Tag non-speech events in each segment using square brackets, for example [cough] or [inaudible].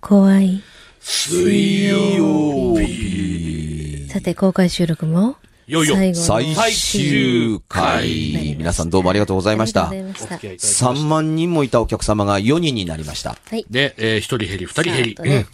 怖い。水曜日。さて、公開収録もいよいよ最後最の終回。皆さんどうもありがとうございましたあ。りがとうございました付き合いいただきました3万人もいたお客様が4人になりました。はい。で、えー、1人減り、2人減りさああと。ね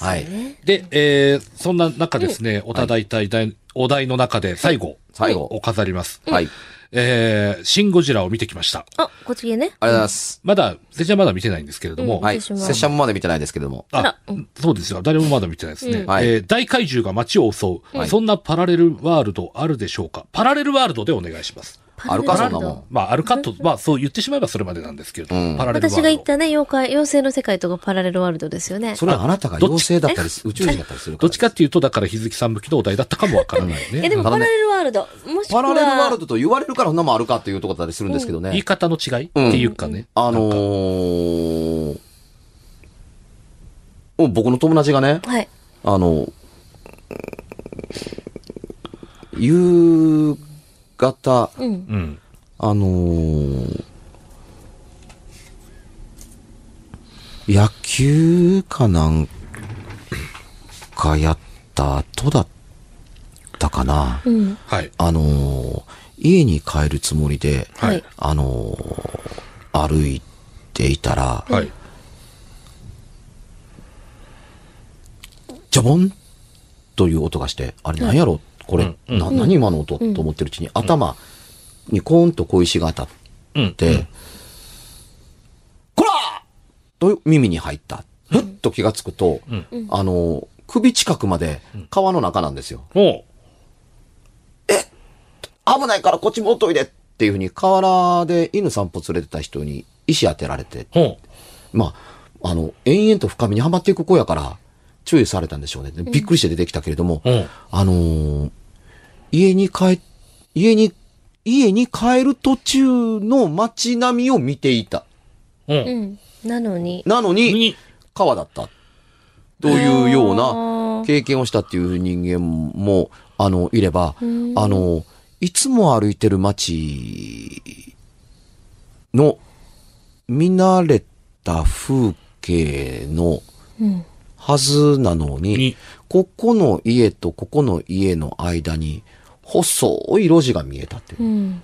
はい。で、えー、そんな中ですね、おただいたいだいお題の中で最後、最後を飾ります。はい。ありがとうえー、シン・ゴジラを見てきました。あ、こっちへね。ございます。まだ、拙者まだ見てないんですけれども、はい。私拙も者もまだ見てないですけども。あらあ、そうですよ。誰もまだ見てないですね。んはいえー大怪獣が街を襲う、そんなパラレルワールドあるでしょうかパラレルワールドでお願いします。あるか、そんなもん。まあ、アルカット、まあ、そう言ってしまえばそれまでなんですけれども、うんパラレルワー私ルド。が言ったね、妖怪、妖精の世界とかパラレルワールドですよね。それはあなたがどっ妖ち精だったり、宇宙人だったりするかどらっ。ちかっていうと、だから日月さん向きのお題だったかもわからないえ、ね。でもたパだねラレルワールド。もしくパは、ラレルワールドと言われるからそんなもんあるかっていうとこだったりするんですけど言いね。方の違いっていうかね。あのー、お僕の友達がね、はい。あの、夕方、うん。うん。あのー野球かなんかやった後だったかな。うん。はい。あのー家に帰るつもりで、はい。あのー歩いていたら、はい。ジャボンという音がして、あれ何やろこれ、な何今の音と思ってるうちに、頭にコーンと小石が当たって、こらと耳に入った。ふっと気がつくと、あの、首近くまで川の中なんですよ。も危ないからこっちもっといでっていうふうに河原で犬散歩連れてた人に石当てられて、う、もまあ、あの、延々と深みにはまっていく子やから、注意されたんでしょうね。でびっくりして出てきたけれども、う、もあのー家に帰、家に、家に帰る途中の街並みを見ていた。う、もうん。なのに。なのう、に、に、川だった。というようあなー経験をしたっていう人間も、あの、いれば、あんの、いつも歩いてる街の見慣れた風景のうん。はずなのにに、ここの家とここの家の間に細い路地が見えたっていうう。ん。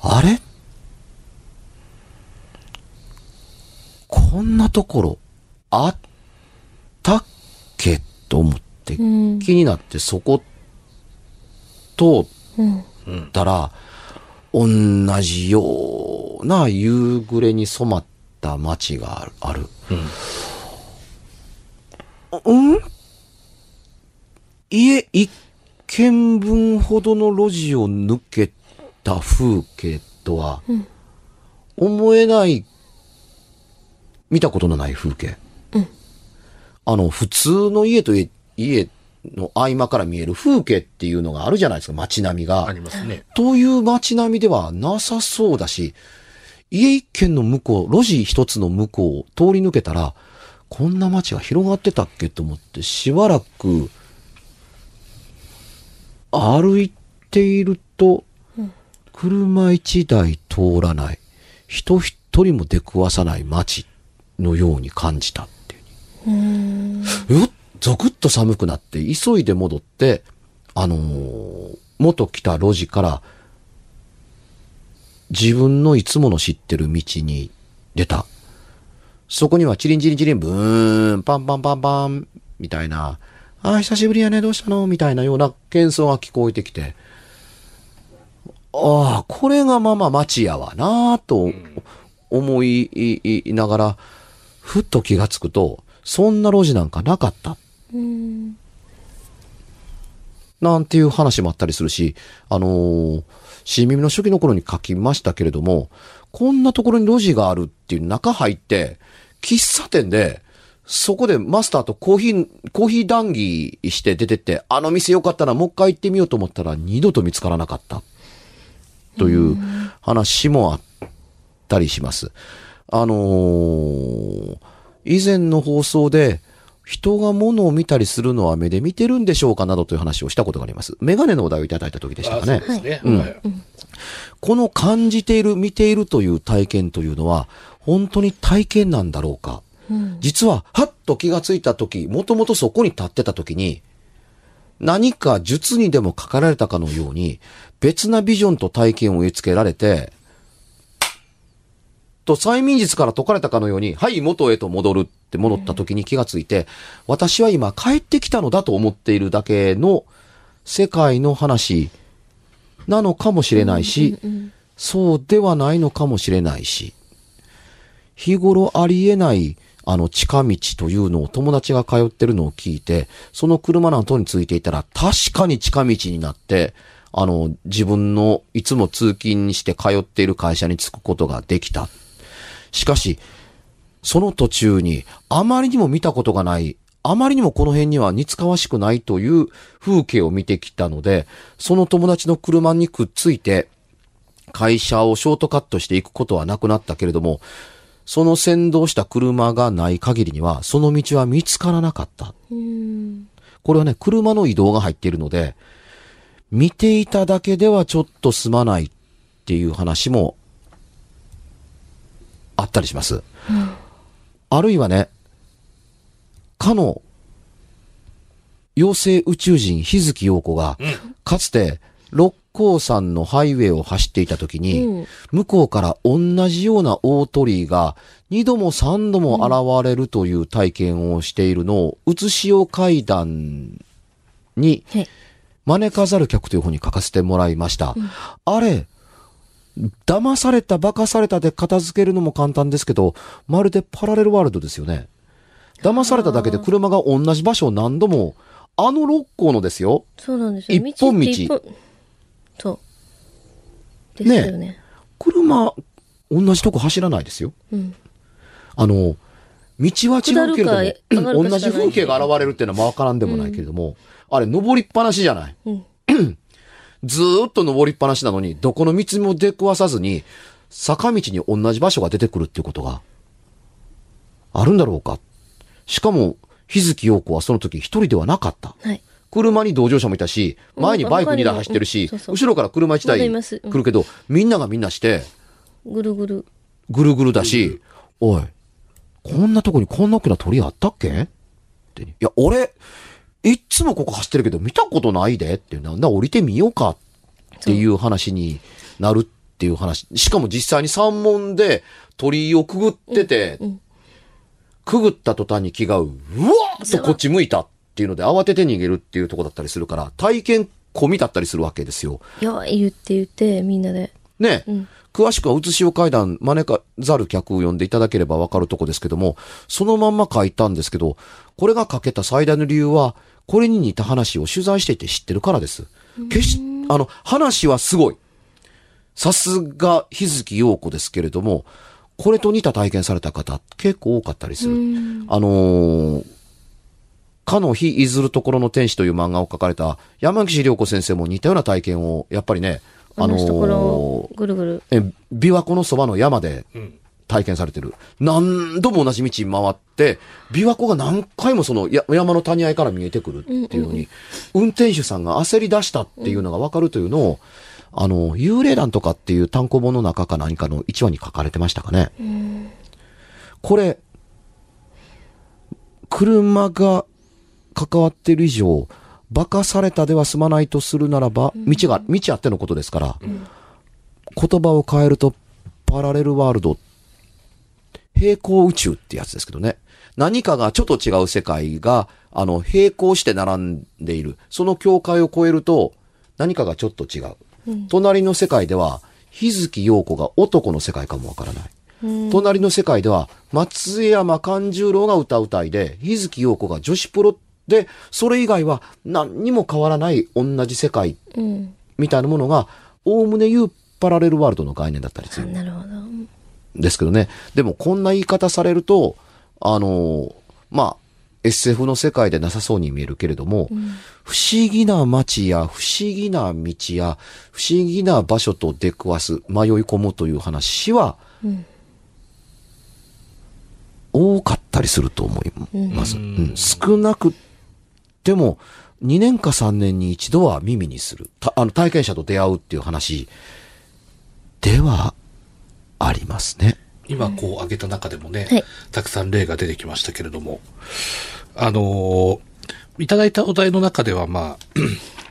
あれこんなところあったっけと思ってうん。気になってそこ通ったら、同じような夕暮れに染まった街がある。うん、家一軒分ほどの路地を抜けた風景とは、思えない、見たことのない風景。あの、普通の家と家、家の合間から見える風景っていうのがあるじゃないですか、街並みあがり。ますね。という街並みではなさそうだし、家一軒の向こう、路地一つの向こうを通り抜けたら、こんな街が広がってたっけと思って、しばらく歩いていると、車一台通らない、人一人も出くわさない街のように感じたっていう。うっ、ゾクッと寒くなって、急いで戻って、あのー元来た路地から、自分のいつもの知ってる道に出た。そこにはチリンチリンチリン、ブーン、パンパンパンパン、みたいな、あー久しぶりやね、どうしたのみたいなような喧騒が聞こえてきて、ああ、これがまあまあ町やわなぁと思いながら、ふっと気がつくと、そんな路地なんかなかった。うん。なんていう話もあったりするし、あのー、新耳の初期の頃に書きましたけれども、こんなところに路地があるっていう中入って、喫茶店で、そこでマスターとコーヒー、コーヒー談義して出てって、あの店良かったな、もう一回行ってみようと思ったら二度と見つからなかった。という話もあったりします。あのー以前の放送で、人が物を見たりするのは目で見てるんでしょうかなどという話をしたことがあります。メガネのお題をいただいた時でしたかね。そうですうんね。はいこの感じている、見ているという体験というのは、本当に体験なんだろうか実は、はっと気がついた時、もともとそこに立ってた時に、何か術にでもかかられたかのように、別なビジョンと体験を植え付けられて、と催眠術から解かれたかのように、はい、元へと戻るって戻った時に気がついて、私は今帰ってきたのだと思っているだけの世界の話なのかもしれないし、そうではないのかもしれないし、日頃ありえないあの近道というのを友達が通ってるのを聞いて、その車の後についていたら確かに近道になって、あの自分のいつも通勤して通っている会社に着くことができた。しかし、その途中にあまりにも見たことがない、あまりにもこの辺には似つかわしくないという風景を見てきたので、その友達の車にくっついて、会社をショートカットしていくことはなくなったけれども、その先導した車がない限りには、その道は見つからなかった。これはね、車の移動が入っているので、見ていただけではちょっと済まないっていう話もあったりします。あるいはね、かの妖精宇宙人日月陽子が、かつて六甲山のハイウェイを走っていた時に、うん向こうから同じような大鳥居が二度も三度も現れるという体験をしているのを、うつしお階段にはい。招かざる客という本に書かせてもらいました。あれ、騙された、化かされたで片付けるのも簡単ですけど、まるでパラレルワールドですよね。騙されただけで車が同じ場所を何度も、あの六甲のですよ。そうなんですよ。一本道って一本そう。ですよね。車、同じとこ走らないですよ。うん。あの、道は違うけ下れどるか上がるかしかも、ない同じ風景が現れるっていうのはわからんでもないけれども、あれ、登りっぱなしじゃない。うん。 [clears throat] ずーっと登りっぱなしなのに、どこの道にも出くわさずに、坂道に同じ場所が出てくるっていうことが、あるんだろうか。しかも、日月陽子はその時一人ではなかった。はい。車に同乗者もいたし、うん前にバイク2台走ってるし、他にもうんそうそう後ろから車1台まだいますうん来るけど、みんながみんなして、ぐるぐる。ぐるぐるだし、おい、こんなとこにこんな大きな鳥あったっけって。いや、俺、いっつもここ走ってるけど見たことないでっていう、なんだ降りてみようかっていう話になるっていう話。しかも実際に山門で鳥居をくぐってて、くぐった途端に気が、うわーっとこっち向いたっていうので慌てて逃げるっていうとこだったりするから、体験込みだったりするわけですよ。いや、言って言って、みんなで。ね、詳しくは、うつしお階段、招かざる客を呼んでいただければわかるとこですけども、そのまんま書いたんですけど、これが書けた最大の理由は、これに似た話を取材していて知ってるからです。決し、あの、話はすごい。さすが、日月陽子ですけれども、これと似た体験された方、結構多かったりする。あのーかの日いずるところの天使という漫画を書かれた山岸良子先生も似たような体験を、やっぱりね、ああののーところをぐるぐる。え、琵琶湖のそばの山で体験されてる。何度も同じ道回って、琵琶湖が何回もそのや山の谷合いから見えてくるっていうのに、運転手さんが焦り出したっていうのがわかるというのを、あの、幽霊団とかっていう単行本の中か何かの1話に書かれてましたかね。これ、車が関わってる以上、馬鹿されたでは済まないとするならば、道が、道あってのことですから、言葉を変えると、パラレルワールド、平行宇宙ってやつですけどね。何かがちょっと違う世界が、あの、並行して並んでいる。その境界を越えると、何かがちょっと違う。隣の世界では、日月陽子が男の世界かもわからない。隣の世界では、松山勘十郎が歌う歌いで、日月陽子が女子プロで、それ以外は何にも変わらない同じ世界うん。みたいなものが、おおむね言うパラレルワールドの概念だったりするんなるほど。ですけどね。でもこんな言い方されると、あの、まあ、SF の世界でなさそうに見えるけれども、不思議な街や不思議な道や不思議な場所と出くわす、迷い込むという話は、多かったりすると思います。うん少なくでも、2年か3年に一度は耳にする。たあの体験者と出会うっていう話ではありますね。今こう挙げた中でもね、はいたくさん例が出てきましたけれども、あのーいただいたお題の中では、まあ、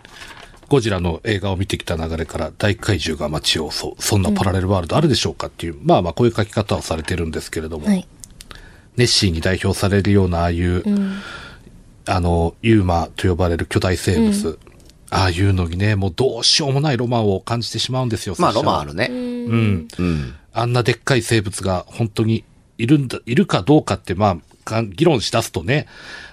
[clears throat] ゴジラの映画を見てきた流れから大怪獣が街を襲う、そんなパラレルワールドあるでしょうかっていう、まあまあこういう書き方をされてるんですけれども、はい。ネッシーに代表されるようなああいう、うん。あの、ユーマと呼ばれる巨大生物、ああいうのにね、もうどうしようもないロマンを感じてしまうんですよ、まあ、拙ロ者はマンあるうね。んうん。うん。あんなでっかい生物が本当にいるんだ、いるかどうかって、まあか、議論しだすとね、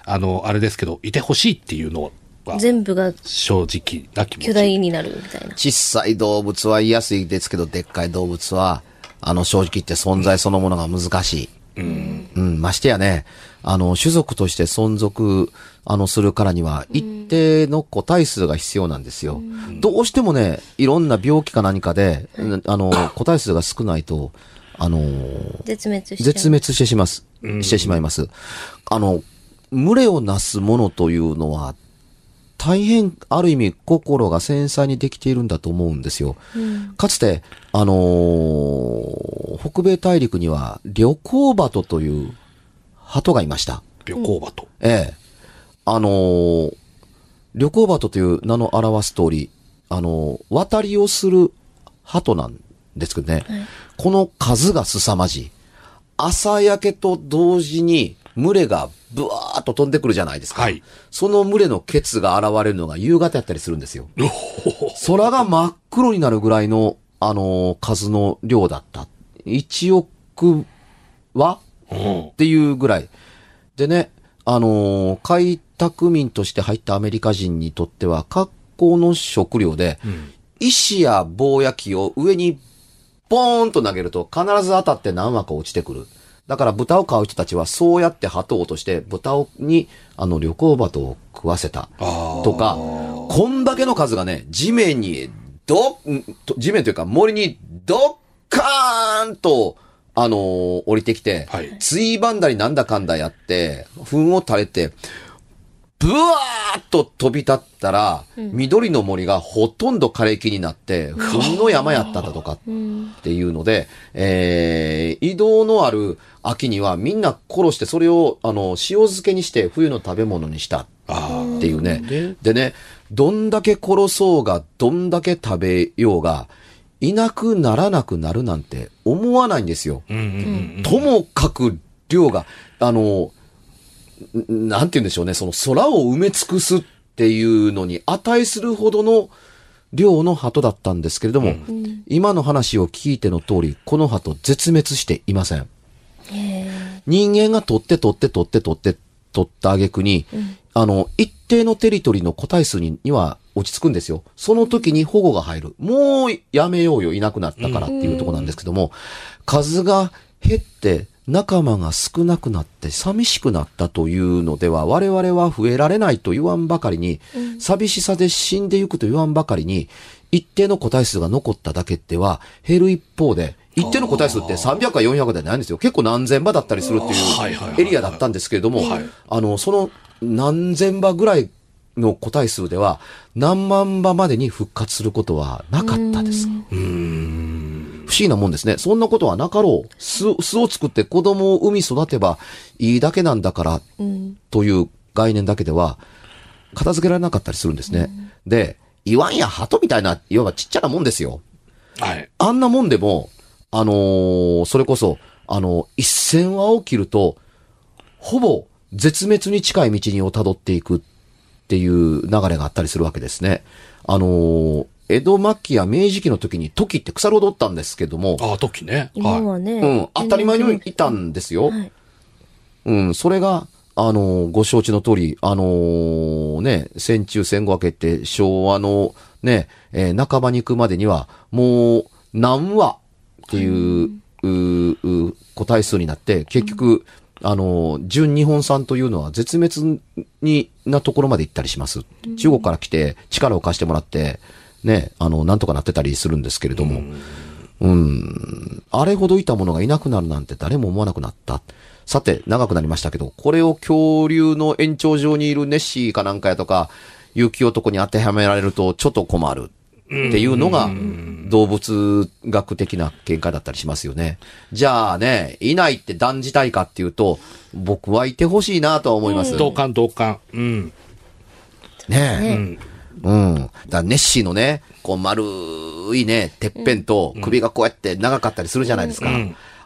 あの、あれですけど、いてほしいっていうのは、全部が正直な気持ち。巨大になるみたいな。小さい動物は言いやすいですけど、でっかい動物は、あの、正直言って存在そのものが難しい。うん。ましてやね、あの、種族として存続、あの、するからには、一定の個体数が必要なんですよ。どうしてもね、いろんな病気か何かで、うんあの、個体数が少ないと、あの、絶滅しちゃう。絶滅してします。してしまいます。あの、群れをなすものというのは、大変、ある意味、心が繊細にできているんだと思うんですよ。かつて、あのー北米大陸には、旅行鳩という鳩がいました。旅行場と。ええ。あのー旅行鳩という名の表す通り、あのー渡りをする鳩なんですけどね、この数が凄まじい。朝焼けと同時に群れがブワーッと飛んでくるじゃないですか。はいその群れのケツが現れるのが夕方やったりするんですよ。空が真っ黒になるぐらいの、あのー数の量だった。1億はうんっていうぐらい。でね、あのー開拓民として入ったアメリカ人にとっては、格好の食料で、石や棒焼きを上にポーンと投げると必ず当たって何羽か落ちてくる。だから豚を飼う人たちはそうやって鳩を落として豚をにあの旅行鳩を食わせたあとか、こんだけの数がね、地面にど、んと地面というか森にどっかーんと、あのー降りてきて、はいついばんだりなんだかんだやって、糞を垂れて、ブワーッと飛び立ったら、緑の森がほとんど枯れ木になって、糞の山やっただとかっていうので、えー、移動のある秋にはみんな殺して、それを、あの、塩漬けにして冬の食べ物にした。あっていうね。ででね、どんだけ殺そうが、どんだけ食べようが、いなくならなくなるなんて思わないんですよ。あ。うんうんともかく量が、あの、んなんて言うんでしょうね、その空を埋め尽くすっていうのに値するほどの量の鳩だったんですけれども、今の話を聞いての通り、この鳩絶滅していません。人間が取って取って取って取って取った挙句に、あの、一定のテリトリーの個体数にには落ち着くんですよ。その時に保護が入る。もうやめようよ、いなくなったからっていうところなんですけども、数が減って仲間が少なくなって寂しくなったというのでは、我々は増えられないと言わんばかりに、寂しさで死んでゆくと言わんばかりに、一定の個体数が残っただけでは減る一方で、一定の個体数って300か400ではないんですよ。結構何千羽だったりするってはいはいはいいうエリアだったんですけれども、あの、その何千羽ぐらいの個体数では、何万羽までに復活することはなかったです。うん。うん。不思議なもんですね。そんなことはなかろう。巣巣を作って子供を産み育てばいいだけなんだから、という概念だけでは、片付けられなかったりするんですね。で、言わんや鳩みたいな、いわばちっちゃなもんですよ。はい。あんなもんでも、あのーそれこそ、あのー、一線はを切ると、ほぼ絶滅に近い道を辿っていくっていう流れがあったりするわけですね。あのー江戸末期や明治期の時に時って腐る踊ったんですけども、ああ、時ね。今ははね、うん、当たり前にいたんんですよ。はい。うん、それが、あのーご承知の通り、あのーね、戦中戦後明けて昭和のね、えー半ばに行くまでには、もう何話っていう、うーうー個体数になって、結局、あのー純日本産というのは絶滅になところまで行ったりします。中国から来て力を貸してもらって、ね、あの、なんとかなってたりするんですけれども、うん。あれほどいたものがいなくなるなんて誰も思わなくなった。さて、長くなりましたけど、これを恐竜の延長上にいるネッシーかなんかやとか、雪男に当てはめられるとちょっと困るっていうのが、動物学的な見解だったりしますよね。じゃあね、いないって断じたいかっていうと、僕はいてほしいなとは思います。同感同感。うん。ねえ。ねうん。だからネッシーのね、こう丸いね、てっぺんと首がこうやって長かったりするじゃないですか。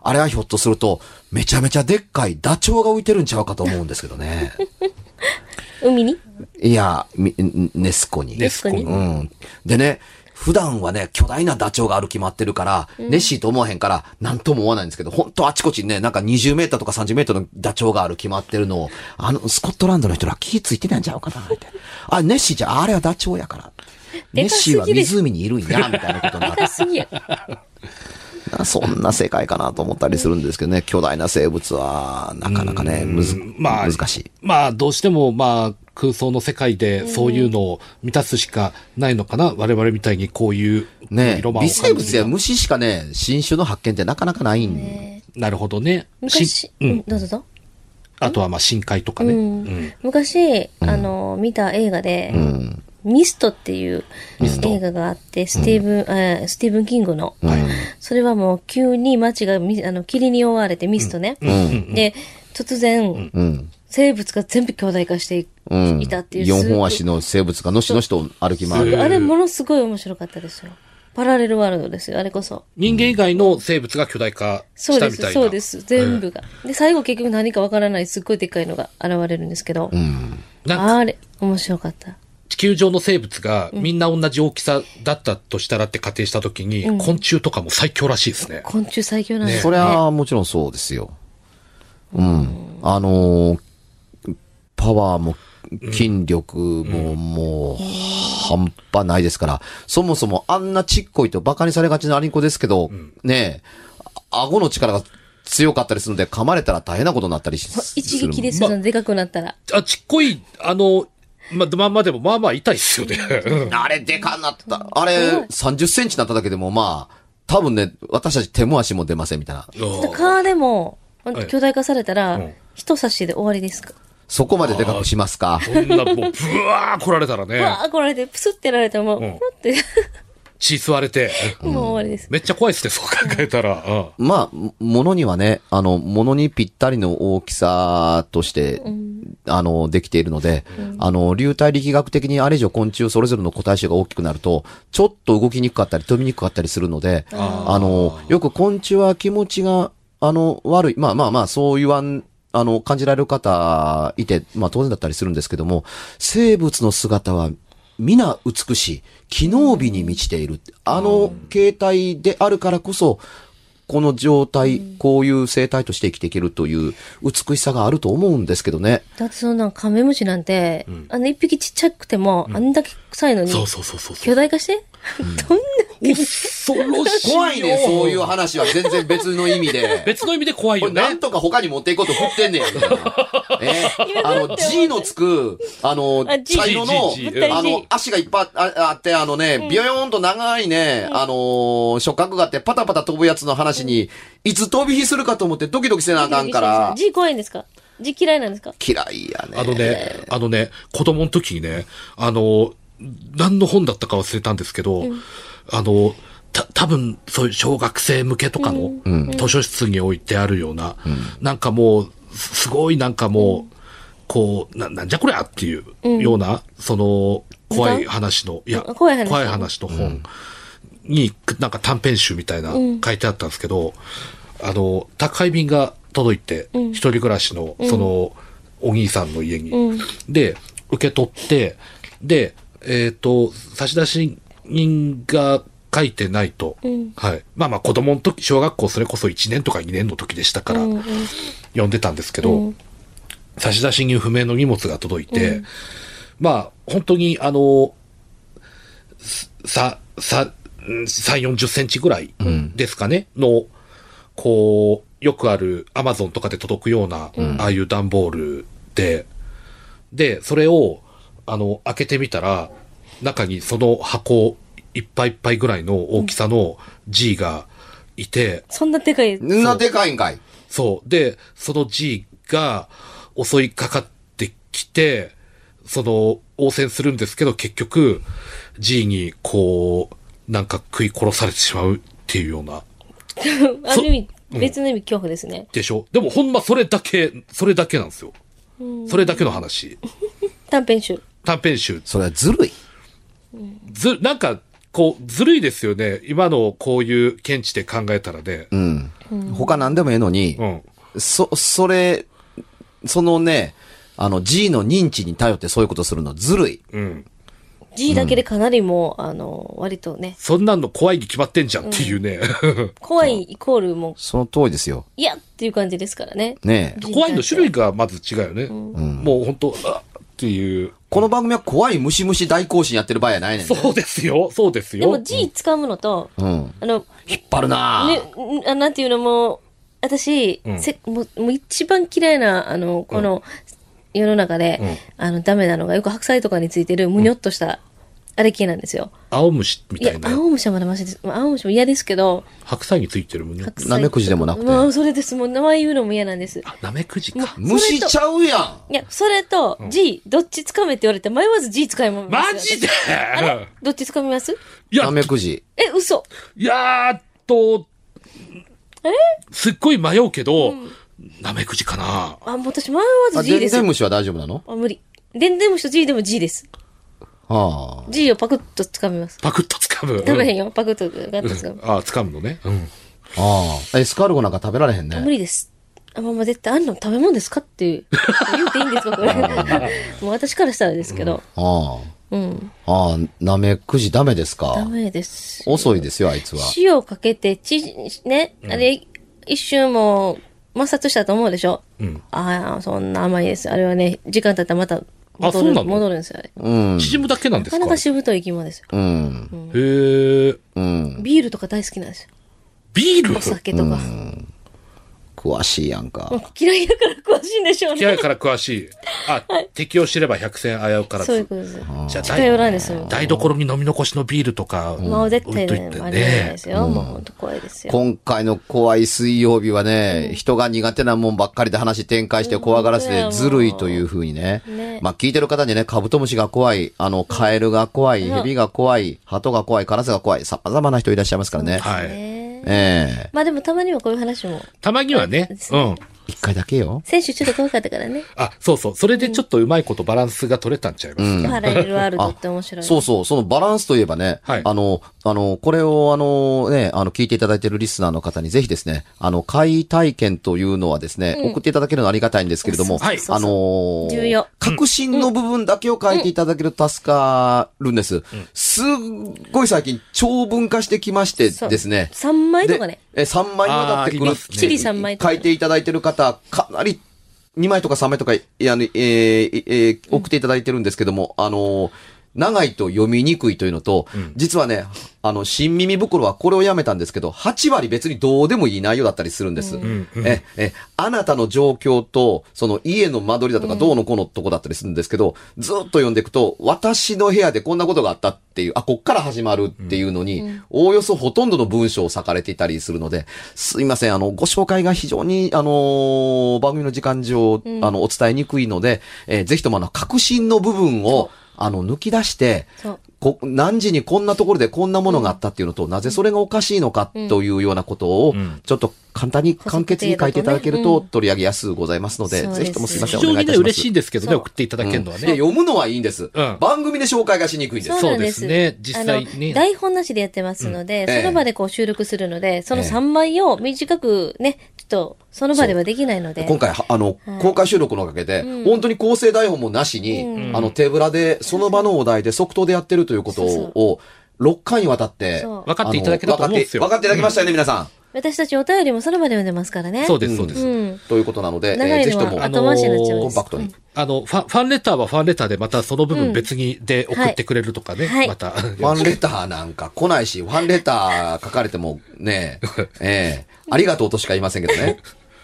あれはひょっとすると、めちゃめちゃでっかいダチョウが浮いてるんちゃうかと思うんですけどね。海にいや、みんネス湖に。ネスコに。うん。でね、普段はね、巨大なダチョウが歩き回ってるから、ネッシーと思わへんから、なんとも思わないんですけど、ほんとあちこちにね、なんか20メーターとか30メーターのダチョウが歩き回ってるのを、あの、スコットランドの人ら気ぃついてないんちゃうかな、って。あ、ネッシーじゃ、あれはダチョウやから。ネッでかすぎシーるは湖にいるんや、みたいなことになって高すぎや。なそんな世界かなと思ったりするんですけどね、巨大な生物は、なかなかね、むず、まあ、難しい。。まあ、どうしても、まあ、空想の世界でそういうのを満たすしかないのかな。我々みたいにこういう、ねロマンを微生感物じるや虫しかね、新種の発見ってなかなかないんなるほどね。昔し、ううんん、。どうぞどうぞ。あとは、まあ、深海とかね。ううんん。昔、あの、見た映画で、ミストっていう映画があって、スティーブン、えースティーブン・キングの、それはもう急に街がみあの霧に覆われてミストね。で、突然、うん。生物が全部巨大化してい,、うん。たっていう。四すごい本足の生物がのしのしと歩すき回ごいる。あれものすごい面白かったですよ。パラレルワールドですよ、あれこそ。人間以外の生物が巨大化そしうたでみたいな。す、そうです。全部が。で、最後結局何かわからないすっごいでっかいのが現れるんですけどう、ん。なんかあれ、面白かった。地球上の生物がみんな同じ大きさだったとしたらって仮定したときに、昆虫とかも最強らしいですね。昆虫最強なんですね。そりゃ、もちろんそうですよ。うん。あのーパワーも、筋力も、もう、半端ないですから、そもそもあんなちっこいと馬鹿にされがちなアリンコですけど、ねえ、あ顎の力が強かったりするので、噛まれたら大変なことになったりしする。一撃ですよ、までかくなったら。あ、ちっこい、あの、ま、まんまでも、まあまあ痛いっすよね。 [laughs] あれ、でかなった。あれ、30センチになっただけでも、まあ、多分ね、私たち手も足も出ませんみたいな。蚊でも、い巨大化されたらうん、人差しで終わりですか。そこまででかくしますか。そんな、もう、ぶわー来られたらうねわ、ー、来られて、プスってやられても、うんふわって、血吸われて、もう終わりです。めっちゃ怖いっすね、そう考えたら。うんまあ、ものにはね、あの、ものにぴったりの大きさとして、あの、できているので、あの、流体力学的にあれ以上昆虫それぞれの個体種が大きくなると、ちょっと動きにくかったり飛びにくかったりするので、ああの、よく昆虫は気持ちが、あの、悪い。まあまあまあ、そう言わん、あの、感じられる方いて、まあ当然だったりするんですけども、生物の姿は皆美しい。機能美に満ちている。あの形態であるからこそ、この状態、こういう生態として生きていけるという美しさがあると思うんですけどね。だってそんなんカメムシなんて、あの一匹ちっちゃくても、あんだけ臭いのに、そうそうそうそうそう。巨大化して [laughs] どんな、恐ろしいよ。怖いね、そういう話は全然 [laughs] 別の意味で。別の意味で怖いこよれなねん。とか他に持っていこうと振ってんねや、み [laughs] たいな。えあの、G のつく、あのあ、G 茶色の G G、 G あの、足がいっぱいああって、あのね、ビヨヨーンと長いね、あのー、触覚があって、パタパタ飛ぶやつの話に、いつ飛び火するかと思ってドキドキせなあかんから、字怖いんですか字嫌いなんですか嫌いやね。あのね、あのね、子供の時にね、あの、何の本だったか忘れたんですけど、あの、た、多分、そういう小学生向けとかの、図書室に置いてあるような、なんかもう、すすごいなんかもう、こう、な、なんじゃこりゃっていうような、その、怖い話の、いや、あ怖い話怖い話の本に、なんか短編集みたいな書いてあったんですけど、あの、宅配便が届いて、一人暮らしの、その、お兄さんの家に。で、受け取って、で、えっ、と、差出人が書いてないと、はい。まあまあ子供の時、小学校それこそ1年とか2年の時でしたから、読んでたんですけど、差出人不明の荷物が届いて、まあ、本当に、あの、さ、さ、うん3、40センチぐらいですかね、の、こう、よくあるアマゾンとかで届くような、ああいう段ボールで、で、それを、あの、開けてみたら、中にその箱いっぱいいっぱいぐらいの大きさの G がいて、そんなでかい。んなでかいんかい。そう。で、その G が襲いかかってきて、その、応戦するんですけど、結局、G に、こう、なんか食い殺されてしまうっていうような。ある意味、うん別の意味恐怖ですね。でしょでもほんまそれだけ、それだけなんですよ。それだけの話。短編集。短編集。それはずるい。ず、なんか、こう、ずるいですよね。今のこういう見地で考えたらね。うん。他何でもええのに、うん。そ、それ、そのね、あの G の認知に頼ってそういうことするのずるい。うん。 G だけでかなりもう、あの、割とね、そんなんの怖いに決まってんじゃんっていうね。怖いイコールもう、その通りですよ。いやっていう感じですからね。ねえ。怖いの種類がまず違うよね。もう本当あっていう。この番組は怖いムシムシ大行進やってる場合やないねん。そうですよ。そうですでよ。も G 掴むのと、うん。あの、引っ張るなぁ。ね、あなんていうのもう、私、うんせもうもう一番嫌いな、あの、この世の中で、あの、ダメなのが、よく白菜とかについてる、むにょっとした、あれ系なんですよ。青虫みいたやい、な。青虫はまだマシです。まあ青虫も嫌ですけど、白菜についてる胸。白菜なめくじでもなくてまあ、それです。もう名前言うのも嫌なんです。あ、なめくじか。虫ちゃうやん。いや、それと G、どっちつかめって言われて、迷わず G 使います。マジであれどっちつかみますいやな、めくじ。え、嘘。いやーっと、すっごい迷うけど、なめくじかな。あ、もう私迷わあ、ず G 全です然よ。虫は大丈夫なのあ、無理。でんでん虫と G でも G です。ああ。 G をパクッと掴みます。パクッと掴む。食べへんよ。よ。パクッと、ガッと掴む。あ、掴むのね。うん。ああ。エスカルゴなんか食べられへん無ね。理です。あ、まあ、まあ、絶対あんの食べ物ですかっていう。言うていいんですかこれ。もう私からしたらですけど。あうん。あ。ああ、なめくじダメですダか。メです。遅いですよ、あいつは。塩をかけて、ち、ね、あれ、一瞬もう摩擦したと思うでしょ。うんああ、そんな甘いです。あれはね、時間経ったらまたあ戻そうるなの戻るんですよ、あれ。うん。縮むだけなんなですかかなかしぶとい生き物ですよ。うん。へー。うん。ビールとか大好きなんですよ。ビールお酒とか。詳しいやんか。嫌いだから詳しいんでしょう嫌いね。から詳しい。あ、適応すれば百戦危うからずそういうことです。じゃあ近寄らんですよ台、。台所に飲み残しのビールとか、まあ絶置対いといね、てありえないねで。すよ。もう本当怖いですよ。今回の怖い水曜日はね、人が苦手なもんばっかりで話展開して怖がらせてずるいというふうにね。ねまあ聞いてる方にね、カブトムシが怖い、あの、カエルが怖い、うんヘビが怖い、鳩が怖い、カラスが怖い、様々な人いらっしゃいますからね。はい。ねええまあでもたまにはこういう話も。たまにはね、うん。一回だけよ。選手ちょっと怖かったからね。あ、そうそう。それでちょっとうまいことバランスが取れたんちゃいますか。パラレルワールドって面白い。そうそう、そのバランスといえばね、はいあの、あの、これをあのね、あの、聞いていただいているリスナーの方にぜひですね、あの、会体験というのはですね、送っていただけるのはありがたいんですけれども、そうそうそうあのー重要確信の部分だけを書いていただけると助かるんです。すっごい最近、長文化してきましてそうですね、 3枚とかねで。え、3枚にわたっあーあてくりる。ますねきっちり三枚とか書いていただいてる方、かなり、2枚とか3枚とか、いやあのえーえー送っていただいてるんですけども、あのー長いと読みにくいというのと、実はね、あの、新耳袋はこれをやめたんですけど、8割別にどうでもいい内容だったりするんです。え、え、あなたの状況と、その家の間取りだとか、どうのこうのとこだったりするんですけど、ずっと読んでいくと、私の部屋でこんなことがあったっていう、あ、こっから始まるっていうのに、おおよそほとんどの文章を割かれていたりするので、すいません、あの、ご紹介が非常に、あのー番組の時間上、あの、お伝えにくいので、えーぜひともあの、確信の部分を、あの、抜き出して、そう。こ何時にこんなところでこんなものがあったっていうのと、なぜそれがおかしいのかというようなことを、ちょっと簡単に簡潔に書いていただけるとうん取り上げやすくございますので、そうですぜひともすいませ非ん、お常願いにいたね、します。嬉しいんですけどね、そう送っていただけるのはうんいやね。読むのはいいんです、うん番組で紹介がしにくいんです。そうなんですそうですね実際にねあの台本なしでやってますので、うんええその場でこう収録するので、そのええ3枚を短くね、ちょっと、その場ではできないので。今回は、あの、公開収録のおかげで、本当に構成台本もなしに、あの、手ぶらで、その場のお題で即答でやってるということそうそうを、6回にわたって、そう分かっていただけたと思うんですよあの分かって分かっていただきましたよね、皆さん。私たちお便りもその場で読んでますからね。そうでです、そうです。うん。ということなので、え長ーいぜひのともは、後回しになっちゃうんでコンす。パクトに。あの、ファン、ファンレターはファンレターでまたその部分別にで送ってくれるとかね、はいまた。ファンレターなんか来ないし、ファンレター書かれても [laughs] ね、ええありがとうとしか言いませんけ [laughs] どね。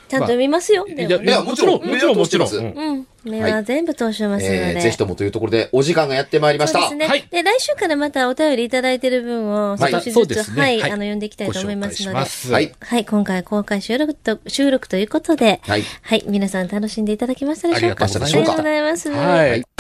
ちゃんと見ますよ。でいもやねいや、もちろん、うんもちろん、もちろん。ううんんうん。目ははい全部通しますのえで。えぜひともというところで、お時間がやってまいりましそうでた。すね、はいで、来週からまたお便りいただいてる分をはい少しそずうでつ、すねはい、はいあの、読んでいきたいと思いますのご紹で介。しますはい。はい、今回公開収録と、収録ということで、はい皆さん楽しんでいただけましたでしょうかありがとうございましあたりがとうございます。はい。